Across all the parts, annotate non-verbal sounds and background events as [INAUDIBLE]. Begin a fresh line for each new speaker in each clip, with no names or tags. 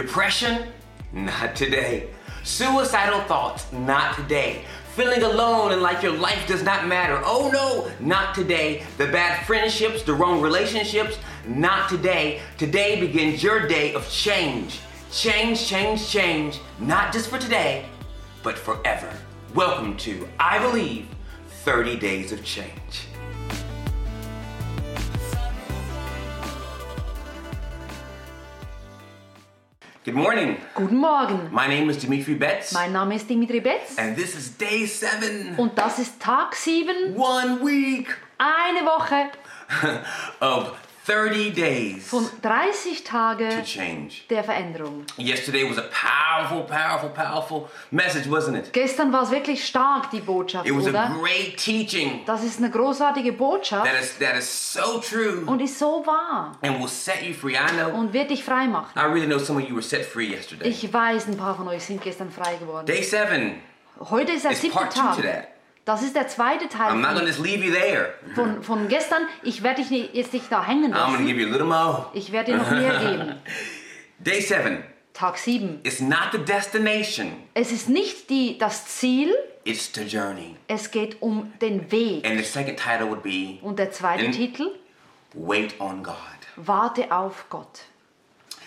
Depression? Not today. Suicidal thoughts? Not today. Feeling alone and like your life does not matter? Oh no, not today. The bad friendships, the wrong relationships? Not today. Today begins your day of change. Change, change, change. Not just for today, but forever. Welcome to, I believe, 30 Days of Change. Good morning.
Guten Morgen,
My name is Dimitri Betts,
mein Name ist Dimitri Betz
and this is day seven.
und das ist Tag 7,
One week
eine Woche
[LAUGHS] of 30 days
von 30
to
Tagen
change.
der Veränderung.
Yesterday was a powerful, powerful, powerful message, wasn't it?
Gestern war es wirklich stark, die Botschaft,
It was a
oder?
great teaching
Das ist eine großartige Botschaft
that is that is so true
und ist so wahr
and will set you free. I know.
und wird dich frei machen.
I really know some of you were set free yesterday.
Ich weiß, ein paar von euch sind gestern frei geworden.
Day seven
Heute ist der
is
siebte
part two to
Tag.
that.
Das ist der zweite
I'm not gonna
Teil
just leave you there.
von, von gestern. Ich werde dich nicht- jetzt nicht da hängen
I'm gonna
lassen.
give you a little more.
Ich werde dir noch mehr geben.
[LAUGHS] Day seven.
Tag 7.
It's not the destination.
Es ist nicht die, das Ziel,
It's the journey.
Es geht um den Weg.
And the second title would be
Und der zweite
In-
Titel,
Wait on God.
Warte auf Gott.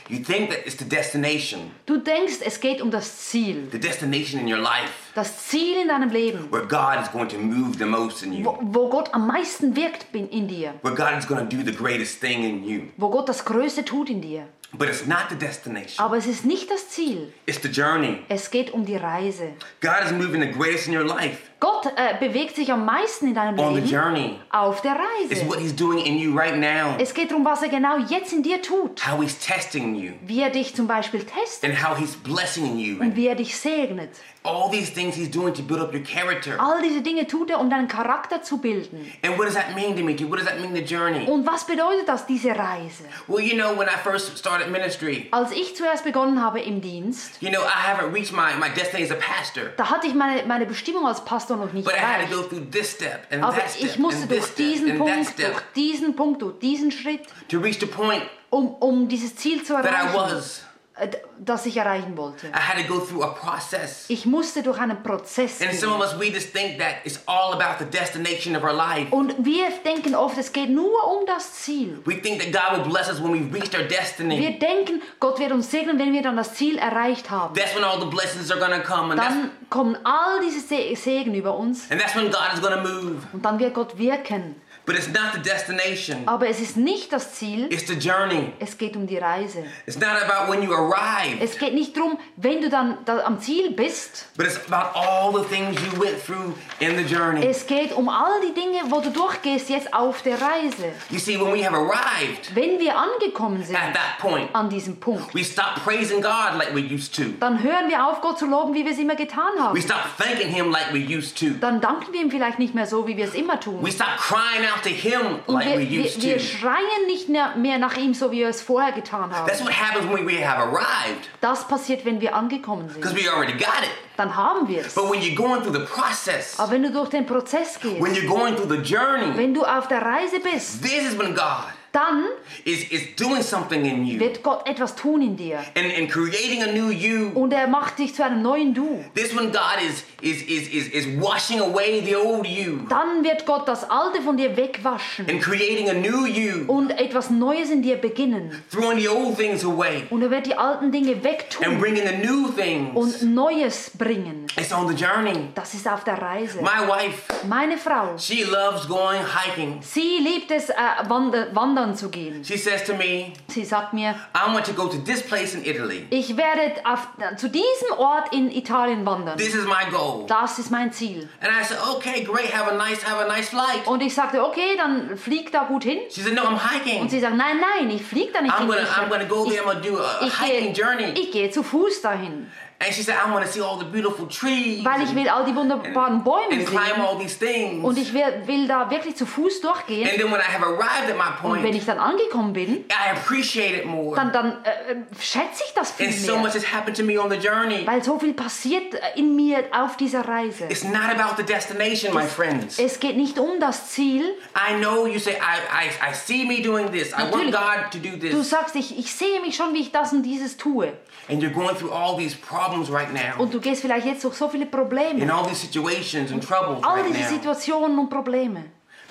You think that it's the destination,
Du denkst, es geht um das Ziel.
the destination in your life
Das Ziel in deinem Leben.
where God is going to move the most in
Wo,
you,
wo Gott am meisten wirkt bin in dir.
where God is going to do the greatest thing in you.
Wo Gott das Größte tut in dir.
But it's not the destination,
Aber es ist nicht das Ziel.
it's the journey.
Es geht um die Reise.
God is moving the greatest in your life
Gott äh, bewegt sich am meisten in deinem
on the
Leben
journey.
auf der
It's
Reise.
what He's doing in you right now,
Es geht darum, was er genau jetzt in dir tut.
how He's testing you,
Wie er dich zum Beispiel testet
and how He's blessing you,
und
and
wie er dich segnet.
all these things He's doing to build up your character.
All diese Dinge tut er, um deinen Charakter zu bilden.
And what does that mean, Dimitri? What does that mean, the journey?
Und was bedeutet das, diese Reise?
Well, you know, when I first started ministry,
Als ich zuerst begonnen habe im Dienst,
you know, I haven't reached my, my destiny as a pastor.
da hatte ich meine, meine Bestimmung als Pastor noch nicht
But I had to
erreicht.
go through this step and
Aber
that step
ich musste
and this
durch
step
diesen
and that
Punkt,
step
durch diesen Punkt, durch diesen Schritt,
to reach the point
um, um dieses Ziel zu
that I
erreichen,
was.
äh, d- das ich erreichen wollte.
I had to go through a process.
Ich musste durch einen Prozess
And some
gehen.
of us, we just think that it's all about the destination of our life.
Und wir denken oft, es geht nur um das Ziel.
We think that God will bless us when we've reached our destiny.
Wir denken, Gott wird uns segnen, wenn wir dann das Ziel erreicht haben.
That's when all the blessings are going to come. And that's,
Dann kommen all diese Se- Segen über uns
and that's when God is going to move.
und dann wird Gott wirken.
But it's not the destination,
Aber es ist nicht das Ziel,
it's the journey.
Es geht um die Reise.
It's not about when you arrive,
Es geht nicht darum, wenn du dann da am Ziel bist.
but it's about all the things you went through in the journey.
Es geht um all die Dinge, wo du durchgehst jetzt auf der Reise.
You see, when we have arrived
Wenn wir angekommen sind
at that point,
an diesem Punkt,
We stop praising God like we used to.
dann hören wir auf, Gott zu loben, wie wir es immer getan
We
haben.
stop thanking Him like we used to.
Dann danken wir ihm vielleicht nicht mehr so, wie wir es immer tun.
We stop crying out to Him
Und
like
wir,
we
wir,
used
wir
to.
schreien nicht mehr mehr nach ihm, so wie wir es vorher getan haben.
That's what happens when we have arrived,
Das passiert, wenn wir angekommen
because
sind.
we already got it.
Dann haben wir es.
But when you're going through the process,
Aber wenn du durch den Prozess
when
gehst,
you're going through the journey,
wenn du auf der Reise bist,
this is when God
dann
is, is doing something in you
wird Gott etwas tun in dir.
and, and creating a new you.
Und er macht dich zu einem neuen Du.
This when God is is, is, is is washing away the old you
Dann wird Gott das Alte von dir wegwaschen
and creating a new you,
und etwas Neues in dir beginnen.
throwing the old things away
Und er wird die alten Dinge
and
wegtun
bringing the new things.
und Neues bringen.
It's on the journey.
Das ist auf der Reise.
My wife,
Meine Frau,
she loves going hiking.
sie liebt es, äh, wander wandern zu gehen.
She says to me,
Sie sagt mir,
I want to go to this place in Italy.
ich werde auf, zu diesem Ort in Italien wandern.
This is my goal.
Das ist mein Ziel.
And I said, okay, great, have a nice, have a nice flight.
Und ich sagte, okay, dann flieg da gut hin.
She said, no, I'm hiking.
Und sie sagt, nein, nein, ich flieg da nicht
I'm
hin.
gonna, I'm gonna go
Ich-
there, I'm gonna do a
ich
hiking
gehe,
journey.
ich gehe zu Fuß dahin.
And she said, I want to see all the beautiful trees.
weil ich will all die wunderbaren Bäume
and climb
sehen.
all these things.
Und ich will, will da wirklich zu Fuß durchgehen.
and then when I have arrived at my
Und wenn
point,
ich dann angekommen bin,
I appreciate it more.
dann, dann äh, äh, schätze ich das viel
and so much
mehr.
has happened to me on the journey.
Weil so viel passiert äh, in mir auf dieser Reise.
It's not about the destination, my friends.
Es geht nicht um das Ziel.
I know you say, I, I, I see me doing this. I want
Natürlich.
God to do
Du
this.
sagst, ich, ich sehe mich schon, wie ich das und dieses tue.
And you're going through all these problems right now.
Und du gehst vielleicht jetzt durch so viele Probleme.
And all these situations and troubles
All
right
diese
now.
Situationen und Probleme.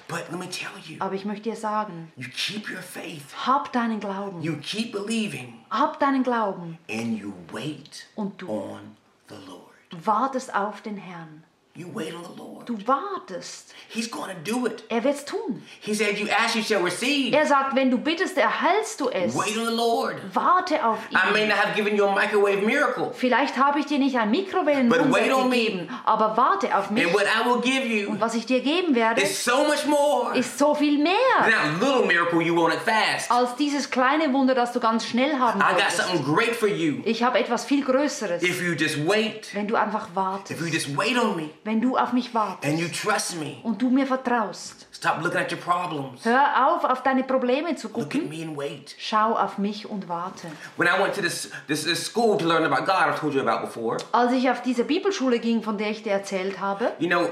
But let me tell you,
Aber ich möchte dir sagen,
you keep your faith.
hab deinen Glauben.
You keep believing.
Hab deinen Glauben.
And you wait
Und du-
on the Lord.
Du wartest auf den Herrn.
You wait on the Lord.
Du wartest.
He's going to do it.
Er wird's tun.
He said, You ask, you shall receive.
Er sagt, wenn du bittest, erhältst du es.
Wait on the Lord.
Warte auf ihn.
I may not have given you a microwave miracle,
Vielleicht habe ich dir nicht ein
But wait
Mikrowellenwunder
on me.
gegeben, aber warte auf mich.
and what I will give you
Was ich dir geben werde,
is so much more than
ist so viel mehr
that little miracle you wanted fast.
als dieses kleine Wunder, das du ganz schnell haben
I got
wolltest.
something great for you
Ich habe etwas viel Größeres.
if you just wait.
Wenn du einfach
If
wartest,
you just wait on me
wenn du auf mich
and
wartest
you trust me,
und du mir vertraust,
stop looking at your problems.
hör auf, auf deine Probleme zu
Look at
gucken.
me and wait.
Schau auf mich und warte.
When I went to this, this this school to learn about God, I've told you about before.
Als ich auf diese Bibelschule ging, von der ich dir erzählt habe,
You know,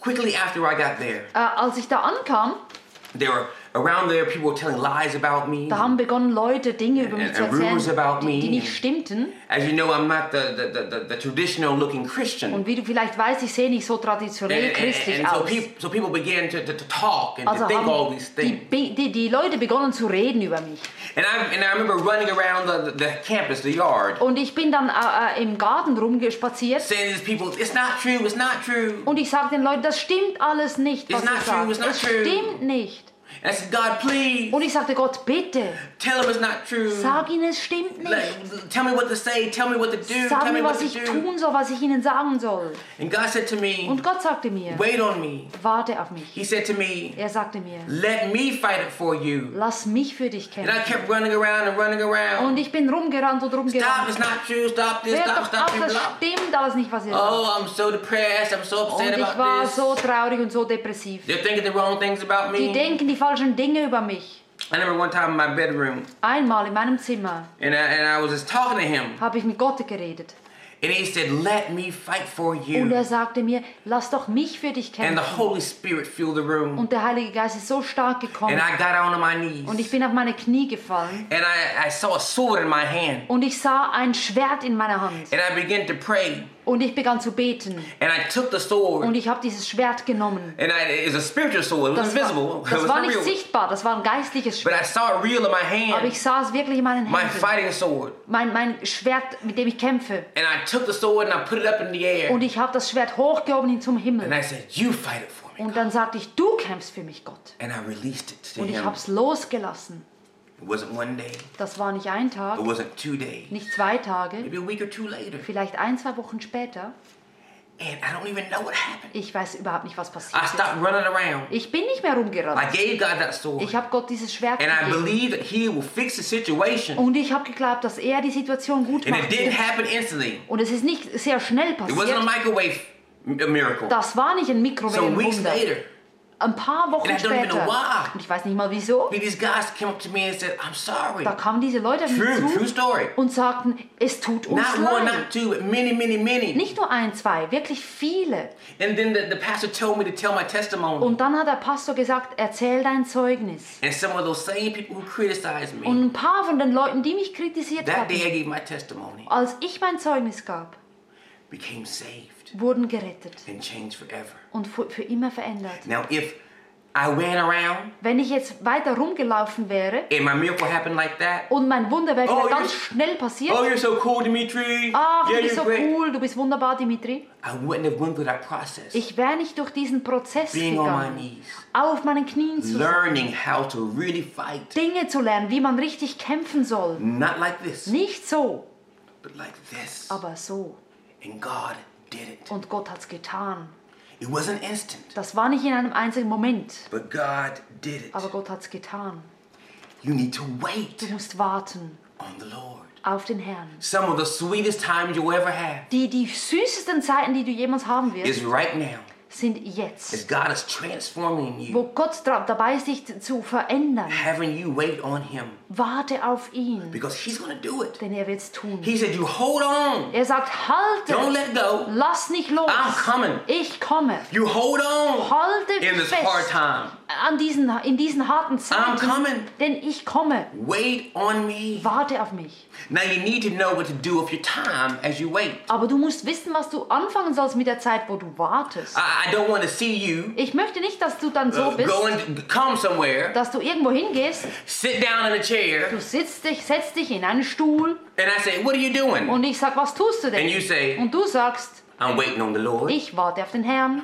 quickly after I got there,
äh, als ich da ankam,
there were around there people were telling lies about me.
da haben begonnen Leute Dinge über mich
Mm. And-
zu
and rumors
erzählen,
about me.
die, die nicht stimmten.
As you know, I'm not the the, the, the, the traditional looking Christian.
Und wie du vielleicht weißt, ich sehe nicht so traditionell
And, and,
christlich
and so,
aus.
people, so people began to, to, to talk and
Also
to think all
haben
these
die,
things.
Bi- die, die Leute begonnen zu reden über mich.
And I, and I remember running around the, the, the campus, the yard,
Und ich bin dann äh, äh, im Garten rumgespaziert
saying to these people, it's not true, it's not true.
und ich sage den Leuten, das stimmt alles nicht, was
It's not
ich sage.
true, it's not
Es
true.
stimmt nicht.
And I said, God, please,
Und ich sagte Gott, bitte,
tell them it's not true.
sag ihnen, es stimmt nicht.
Like, tell me what to say, tell me what to do,
Sag
tell me
mir,
what
was
to
ich
do.
tun soll, was ich ihnen sagen soll.
And God said to me,
Und Gott sagte mir,
wait on me.
warte auf mich.
He said to me,
Er sagte mir,
let me fight it for you.
lass mich für dich
And I
kämpfen.
kept running around and running around.
Und ich bin rumgerannt und
Stop,
rumgerannt.
it's not true, stop this,
Hört
stop,
doch
stop,
auf,
blah,
das
blah.
stimmt alles nicht, was ihr sagt.
Oh, I'm so depressed, I'm so
Und
upset
ich
about
war
this.
so traurig und so depressiv.
They're thinking the wrong things about
Die
me.
denken die falschen Dinge über mich.
I remember one time in my bedroom,
Einmal in meinem Zimmer
and I, and I was just talking to him,
habe ich mit Gott geredet.
and he said, "Let me fight for
Und
you."
er sagte mir, lass doch mich für dich
And the
kämpfen.
Holy Spirit filled the room,
Und der Heilige Geist ist so stark
and
gekommen.
I got on my
Und ich
knees,
bin auf meine Knie gefallen.
and I, I saw a sword in my hand,
Und ich sah ein Schwert in meiner Hand.
and I began to pray,
Und ich begann zu beten.
and I took the
Und
sword,
ich habe dieses Schwert genommen.
and I, it was a spiritual sword. It was
Das
invisible.
war,
It was
das war
not
nicht
real,
sichtbar, das war ein geistliches
but
Schwert.
I saw it real in my
Aber
hand,
ich sah es wirklich in meinen
my
Händen.
fighting sword.
Mein, mein Schwert, mit dem ich kämpfe.
And I took the sword and I put it up in the air,
Und ich habe das Schwert hochgehoben hin zum Himmel.
and I said, "You fight it for me."
Und dann sagte ich, du kämpfst für mich, Gott.
And I released it to
Und ich
him.
hab's losgelassen.
It wasn't one day.
Das war nicht ein Tag,
It wasn't two days.
nicht zwei Tage,
Maybe a week or two later.
vielleicht ein, zwei Wochen später.
And I don't even know what happened.
Ich weiß überhaupt nicht, was passiert
I
ist.
stopped running around.
Ich bin nicht mehr rumgerannt.
I gave God that sword.
Ich habe Gott dieses Schwert
And I
gegeben.
believe that He will fix the situation.
Und ich habe geglaubt, dass er die Situation gut
And it
macht.
didn't happen instantly.
Und es ist nicht sehr schnell
It wasn't a
passiert.
microwave m- a miracle.
Das war nicht ein
So weeks
Mikrowellenwunder.
later,
Ein paar
And
Wochen
I don't even know why.
später. Und ich weiß nicht mal wieso.
these guys came up to me and said, I'm sorry.
Da kamen diese Leute auf
True,
mich
true
zu
story.
und sagten, es tut uns
Not one,
leid.
not two, but many, many, many.
Nicht nur ein, zwei, wirklich viele.
And then the, the pastor told me to tell my testimony.
Und dann hat der Pastor gesagt, erzähl dein Zeugnis.
And some of those same people who criticized me,
Und ein paar von den Leuten, die mich kritisiert
that day I
haben,
gave my testimony,
als ich mein Zeugnis gab,
became saved
wurden gerettet
and changed forever.
und fu- für immer verändert.
Now, if I ran around
Wenn ich jetzt weiter rumgelaufen wäre
and my miracle happened like that,
und mein Wunder wäre
Oh,
vielleicht
you're-
ganz schnell passiert,
oh, you're so cool, Dimitri.
ach,
yeah,
du bist
Ah, you're
so
great.
cool, du bist wunderbar, Dimitri.
I wouldn't have gone through that process.
Ich wäre nicht durch diesen Prozess
Being on my
gegangen,
knees,
auf meinen Knien zu sein,
learning how to really fight,
Dinge zu lernen, wie man richtig kämpfen soll.
not like this,
Nicht so,
but like this.
aber so.
And God did it.
Und Gott hat's getan.
It wasn't instant,
Das war nicht in einem einzigen Moment,
but God did it.
aber Gott hat's getan.
You need to
Du
wait
musst warten
on the Lord.
auf den Herrn.
Some of the sweetest times you'll ever have
Die, die süßesten Zeiten, die du jemals haben wirst,
is right now.
sind
As
jetzt.
God is transforming you,
Wo Gott dra- dabei ist, dich zu verändern.
having you wait on Him
Warte auf ihn,
because He's gonna do it.
denn er wird's tun.
He said, You hold on,
Er sagt,
don't
halte,
let go.
lass nicht los.
I'm coming.
Ich komme.
You hold on
Halte
in
mich
this hard
fest
time.
an diesen, in diesen harten
I'm
Zeiten,
coming.
denn ich komme.
Wait on me.
Warte auf mich.
Now you need to know what to do with your time as you wait.
Aber du musst wissen, was du anfangen sollst mit der Zeit, wo du wartest.
I, I don't want to see you
Ich möchte nicht, dass du dann so
uh,
bist,
go and come somewhere,
dass du irgendwo hingehst,
sit down in a chair,
du sitzt dich, setzt dich in einen Stuhl
and I say, What are you doing?
und ich sag, was tust du
And
denn?
you say,
Und du sagst,
I'm waiting on the Lord.
ich warte auf den Herrn.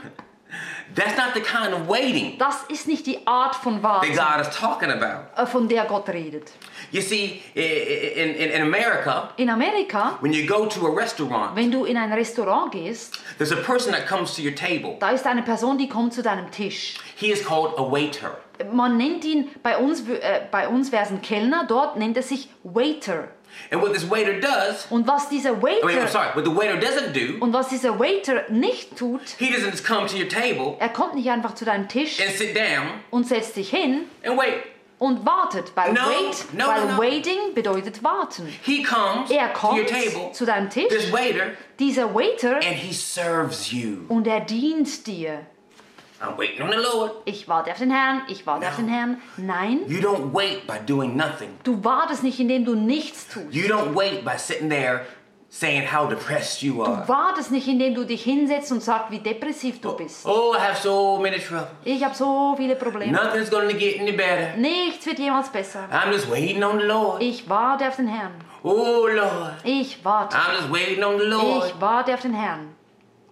That's not the kind of waiting
Das ist nicht die Art von
that
Warten,
God is talking about.
äh, von der Gott redet.
You see, i- i- in, in, in America,
In Amerika,
when you go to a restaurant,
wenn du in ein Restaurant gehst,
there's a person that comes to your table.
da ist eine Person, die kommt zu deinem Tisch.
He is called a waiter.
Man nennt ihn, bei uns, wü- äh, bei uns wäre es ein Kellner, dort nennt er sich Waiter.
And what this waiter does,
Und was dieser
I mean, I'm
Waiter,
sorry, what the waiter doesn't do,
und was dieser Waiter nicht tut,
he doesn't just come to your table
er kommt nicht einfach zu deinem Tisch
and sit down
und setzt dich hin
and wait.
und wartet. Weil,
No,
wait,
no,
weil
no, no.
waiting bedeutet warten.
He comes
Er
to your
kommt
table,
zu deinem
this
Tisch,
waiter,
dieser Waiter,
and he serves you.
und er dient dir.
I'm waiting on the Lord.
Ich warte auf den Herrn, ich warte
No.
auf den Herrn. Nein,
You don't wait by doing nothing.
du wartest nicht, indem du nichts tust.
You don't wait by sitting there saying how depressed you
Du
are.
wartest nicht, indem du dich hinsetzt und sagst, wie depressiv du bist.
Oh, I have so many trouble.
Ich habe so viele Probleme.
Nothing's gonna get any better.
Nichts wird jemals besser.
I'm just waiting on the Lord.
Ich warte auf den Herrn.
Oh Lord,
Ich warte.
I'm just waiting on the Ah, Lord.
Ich warte auf den Herrn.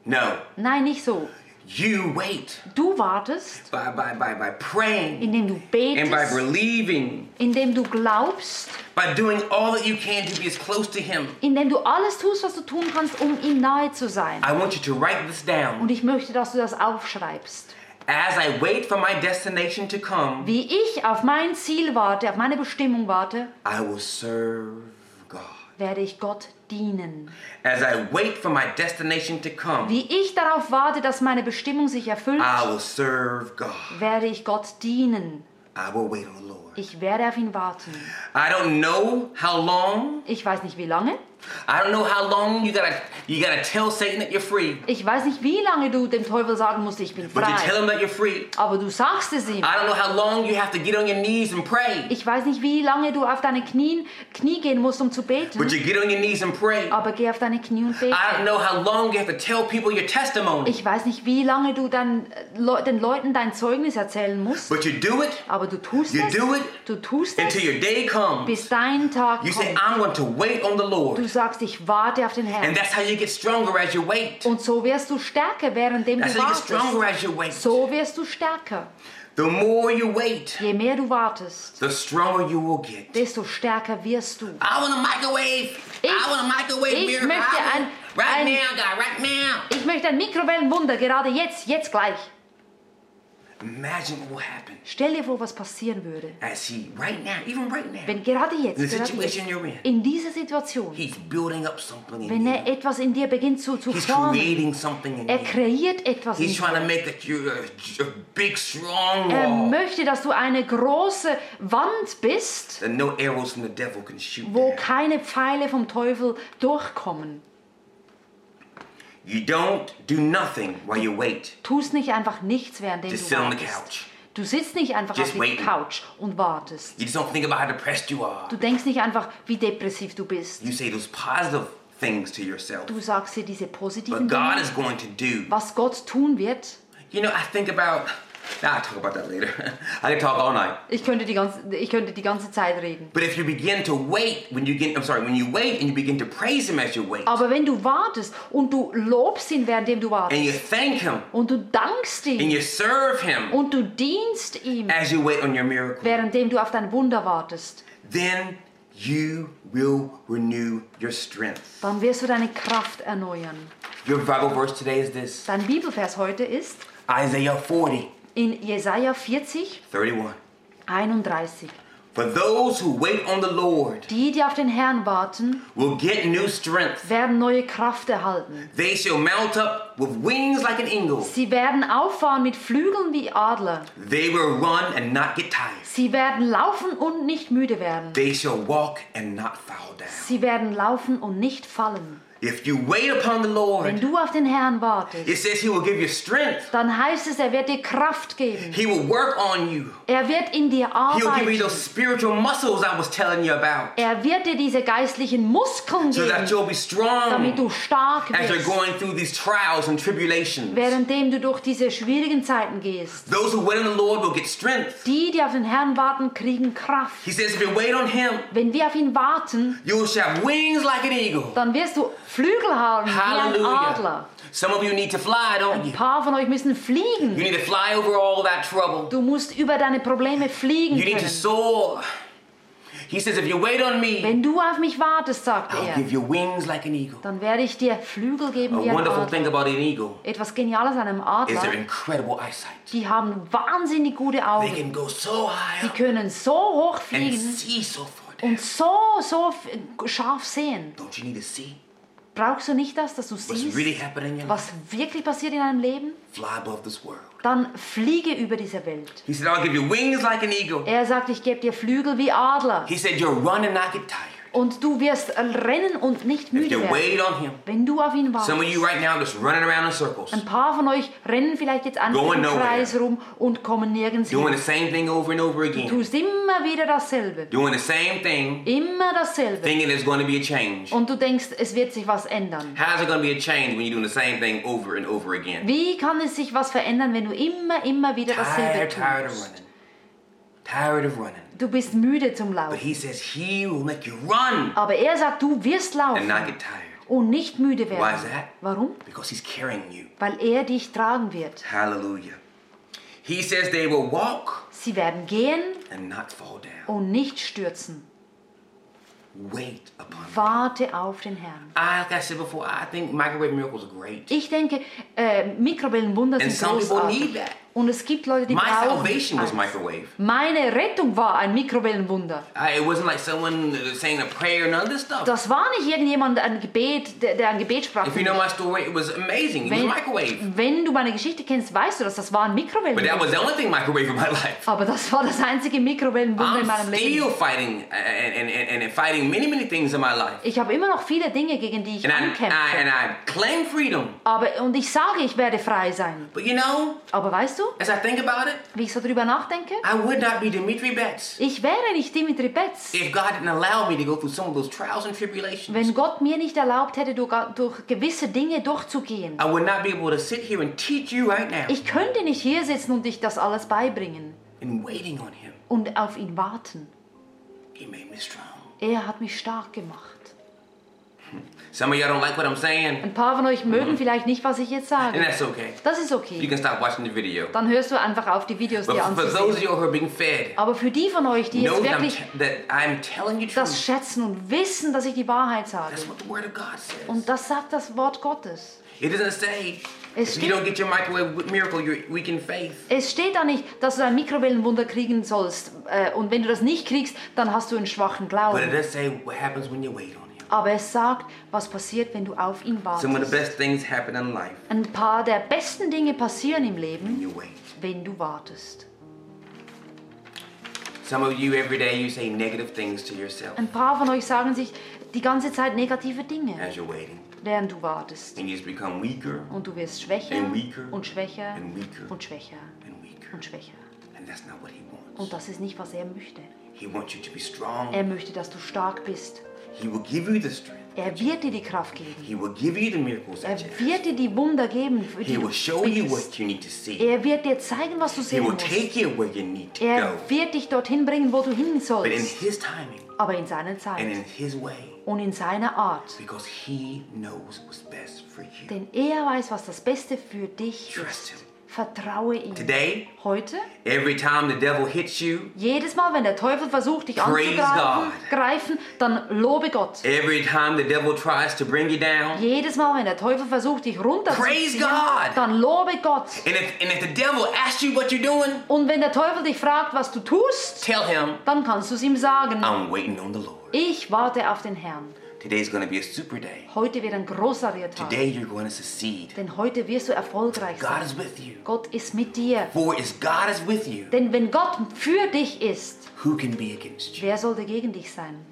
No,
Nein, nicht so.
you wait
Du wartest,
by by by by praying
indem du
and by
betest,
believing,
indem du glaubst,
by doing all that you can to be as close to Him.
indem du alles tust, was du tun kannst, um ihm nahe zu sein.
I want you to write this down.
Und ich möchte, dass du das aufschreibst.
As I wait for my destination to come,
Wie ich auf mein Ziel warte, auf meine Bestimmung warte,
I will serve God.
werde ich Gott dienen.
As I wait for my destination to come,
Wie ich darauf warte, dass meine Bestimmung sich erfüllt,
I will serve God.
werde ich Gott dienen.
I will wait on the Lord.
Ich werde auf ihn warten.
I don't know how long.
Ich weiß nicht, wie lange.
I don't know how long you gotta you gotta tell Satan that you're free.
Ich weiß nicht, wie lange du dem Teufel sagen musst, ich bin
But you tell
frei.
him that you're free.
Aber du sagst es ihm.
I don't know how long you have to get on your knees and pray.
Ich weiß nicht, wie lange du auf deine Knien, Knie gehen musst, um zu beten.
But you get on your knees and pray.
Aber geh auf deine Knie und
I don't
bete.
know how long you have to tell people your testimony.
Ich weiß nicht, wie lange du dein, Leu- den Leuten dein Zeugnis erzählen musst.
But you do it
Aber du tust
You
es.
do it
Du tust
until
es,
your day comes.
bis dein Tag
You say,
kommt.
I'm going to wait on the
Du
Lord.
sagst, ich warte auf den
And
Herrn.
that's how you get stronger as you wait.
Und so wirst du stärker, währenddem
That's
du
how you get stronger
wartest.
as you wait.
So wirst du stärker.
The more you wait,
Je mehr du wartest,
the stronger you will get.
desto stärker wirst du.
I want a microwave. I
Ich-
want a microwave
ich
miracle.
möchte
I want-
ein-
right
ein-
now, God, right now.
Ich möchte ein Mikrowellenwunder, gerade jetzt, jetzt gleich.
Imagine what will happen
Stell dir vor, was passieren würde,
as he, right now, even right now,
wenn gerade
in the
jetzt, gerade jetzt
situation you're in,
in dieser Situation,
he's building up something in
wenn er
you.
etwas in dir beginnt zu, zu
He's
formen,
creating something in
er
you.
kreiert etwas in
He's trying
dir.
to make that you a, a big, strong
Er
wall
möchte, dass du eine große Wand bist,
that no arrows from the devil can shoot.
wo
down.
keine Pfeile vom Teufel durchkommen.
You don't do nothing while you wait.
Tust nicht einfach nichts, währenddem
Just
du
sit on the
wartest.
couch.
Du sitzt nicht einfach
Just
auf der
waiting.
Couch und wartest.
You just don't think about how depressed you are.
Du denkst nicht einfach, wie depressiv du bist.
You say those positive things to yourself.
Du sagst dir diese
But
positiven
God
Dinge,
is going to do
was Gott tun wird.
You know, I think about. Nah, I'll talk about that later. [LAUGHS] I can talk all night.
Ich könnte, die ganze, ich könnte die ganze Zeit reden.
But if you begin to wait when you get, I'm sorry, when you wait and you begin to praise Him as you wait,
Aber wenn du wartest und du lobst ihn, währenddem du
and you
wartest,
thank Him
und du dankst
and
ihm,
you serve Him
und du dienst ihm,
as you wait on your miracle,
währenddem du auf dein Wunder wartest,
then you will renew your strength.
dann wirst du deine Kraft erneuern.
Your Bible verse today is this
Dein Bibelvers heute ist
Isaiah 40,
in Jesaja 40,
31.
31.
For those who wait on the Lord
Die, die auf den Herrn warten,
will get new strength.
werden neue Kraft erhalten.
They shall mount up with wings like an eagle.
Sie werden auffahren mit Flügeln wie Adler.
They will run and not get tired.
Sie werden laufen und nicht müde werden.
They shall walk and not fall down.
Sie werden laufen und nicht fallen.
If you wait upon the
Wenn
Lord,
du auf den Herrn wartest,
it says He will give you strength.
dann heißt es, er wird dir Kraft geben.
He will work on you.
Er wird in dir
He'll give you
arbeiten.
those spiritual muscles I was telling you about
Er wird dir diese geistlichen Muskeln
so that
geben,
you'll be strong
damit du stark
as you're
wirst,
going through these trials and tribulations.
währenddem du durch diese schwierigen Zeiten gehst.
Those who wait on the Lord will get strength.
Die, die auf den Herrn warten, kriegen Kraft.
He says, if you wait on Him,
Wenn wir auf ihn warten,
you shall have wings like an eagle.
dann wirst du Flügel haben wie ein
Hallelujah.
Adler.
Some of you need to fly, don't
Ein
you?
paar von euch müssen fliegen.
You need to fly over all that trouble.
Du musst über deine Probleme fliegen
You need to
können.
soar. He says, if you wait on me,
Wenn du auf mich wartest, sagt
I'll
er,
give you wings like an eagle.
dann werde ich dir Flügel
A
geben wie ein
wonderful
Adler.
thing about an eagle
Etwas Geniales an einem
is their
Adler,
incredible eyesight.
die haben wahnsinnig gute
They
Augen.
can go so high
Die
up
können so hoch
and
fliegen
see so far down.
und so, so f- scharf sehen.
Don't you need to see
Brauchst du nicht das, dass du
what's really
siehst,
happening in your life?
was wirklich passiert in deinem Leben?
Fly above this world.
Dann fliege über diese Welt.
He said, I'll give you wings like an eagle.
Er sagt, ich gebe dir Flügel wie Adler
He said, you'll run and not get tired.
und du wirst rennen und nicht
If
müde
you
werden,
wait on him.
wenn du auf ihn
Some of
wartest.
you right now just running around in circles,
Ein paar von euch rennen vielleicht jetzt einfach
Going
im
nowhere.
Kreis rum und kommen nirgends
doing
hin.
the same thing over and over again,
Tust immer wieder dasselbe.
doing the same thing,
Immer dasselbe.
thinking there's going to be a change.
Und du denkst, es wird sich was ändern.
How's it going to be a change when you're doing the same thing over and over again?
Wie kann es sich was verändern, wenn du immer, immer wieder dasselbe
Tired, tired of
tust?
running. Tired of running.
Du bist müde zum
But
Laufen.
he says he will make you run
Aber er sagt, du wirst
and not get
laufen
tired
und nicht müde werden.
Why is that?
Warum?
because he's carrying you.
Weil er dich tragen wird.
Hallelujah. He says they will walk
Sie werden gehen
and not fall down.
und nicht stürzen.
Wait upon him.
Warte auf den Herrn.
I, like I said before, I think microwave miracles are great.
Ich denke, äh, Mikrowellenwunder
And
sind
some people need
großartig.
that.
Und es gibt Leute, die
My
brauchen
salvation was
eins.
microwave.
Meine Rettung war ein Mikrowellenwunder.
I, it wasn't like someone uh, saying a prayer, none of this stuff.
Das war nicht irgendjemand, ein Gebet, der, der ein Gebet sprach.
If you know my story, it was amazing. It was microwave.
wenn, wenn du meine Geschichte kennst, weißt du, dass das war ein
But
Mikrowellenwunder.
that was the only thing microwave in my [LAUGHS] life.
Aber das war das einzige Mikrowellenwunder in
I'm
meinem
still
Leben.
fighting uh, and, and, and, and fighting many, many things in my life.
Ich habe immer noch viele Dinge, gegen die ich
And I, I, and
ankämpfe.
I claim freedom.
Aber, und ich sage, ich werde frei sein.
But you know,
Aber weißt du,
as I think about it,
wie ich so drüber nachdenke?
I would not be Dimitri Betts
Ich wäre nicht Dimitri Betz,
if God didn't allow me to go through some of those trials and tribulations.
wenn Gott mir nicht erlaubt hätte, durch- durch gewisse Dinge durchzugehen.
I would not be able to sit here and teach you right now
Ich könnte nicht hier sitzen und dich das alles beibringen
and waiting on Him.
und auf ihn warten.
He made me strong.
Er hat mich stark gemacht.
Some of y'all don't like what I'm saying,
Ein paar von euch mögen vielleicht nicht, was ich jetzt
and
sage.
that's okay.
Das ist
You
okay.
can stop watching the video.
Dann hörst du einfach auf, die Videos dir
But for those
anzusehen.
of you who are being fed,
Aber für die von euch, die
know
jetzt
that I'm,
wirklich
te- that I'm telling you
das
truth.
schätzen und wissen, dass ich die Wahrheit sage.
That's what the Word of God says.
Und das sagt das Wort Gottes.
It doesn't say
Es
if you
steht-
don't get your microwave wi- miracle, you're weak in faith.
Es steht da nicht, dass du ein Mikrowellenwunder kriegen sollst. äh, Und wenn du das nicht kriegst, dann hast du einen schwachen
But it
Glauben.
does say what happens when you wait on Him.
Aber es sagt, was passiert, wenn du auf ihn
Some of the
wartest.
best things happen in life
Ein paar der besten Dinge passieren im Leben,
when you wait.
wenn du wartest.
Some of you every day you say negative things to yourself
Ein paar von euch sagen sich die ganze Zeit negative Dinge,
as you're waiting,
während du wartest.
and you just become weaker
Und du wirst schwächer
And weaker.
und schwächer
And weaker.
und schwächer
and weaker,
und schwächer.
and that's not what He
Und
wants.
das ist nicht, was er möchte.
He wants you to be strong.
Er möchte, dass du stark bist.
He will give you the strength.
Er wird dir die Kraft geben.
He will give you the miracles
Er
that you ask.
wird dir die Wunder geben, für die
He
du
will show you
bittest.
what you need to see.
Er wird dir zeigen, was du
He
sehen
will
musst.
take you where you need to go.
Er wird dich dorthin bringen, wo du hin
But in
sollst.
His timing
Aber in seiner
and
Zeit
in His way,
und in seiner Art.
because He knows what's best for you.
Denn er weiß, was das Beste für dich
Trust
ist.
Him.
Vertraue ihm.
Today,
Heute,
every time the devil hits you,
jedes Mal, wenn der Teufel versucht, dich
Praise
anzugreifen,
God.
greifen, dann lobe Gott.
every time the devil tries to bring you down,
Jedes Mal, wenn der Teufel versucht, dich
Praise
runterzuziehen,
God.
dann lobe Gott.
and if, and if the devil asks you what you're doing,
Und wenn der Teufel dich fragt, was du tust,
tell him,
dann kannst du es ihm sagen.
I'm waiting on the Lord.
Ich warte auf den Herrn.
Today's gonna be a super day.
Heute wird ein großartiger Tag.
Today you're gonna succeed.
Denn heute wirst du erfolgreich sein.
God is with you.
Gott ist mit dir.
For as God is with you,
Denn wenn Gott für dich ist,
who can be against you?
wer sollte gegen dich sein?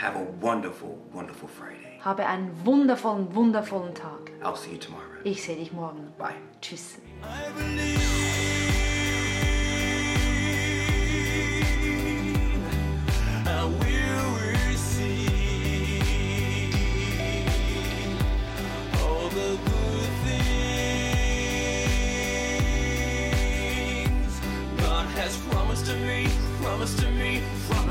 Have a wonderful, wonderful Friday.
Habe einen wundervollen, wundervollen Tag.
I'll see you tomorrow.
Ich sehe dich morgen.
Bye.
Tschüss.
I will receive all the good things God has promised to me, promised to me, promised.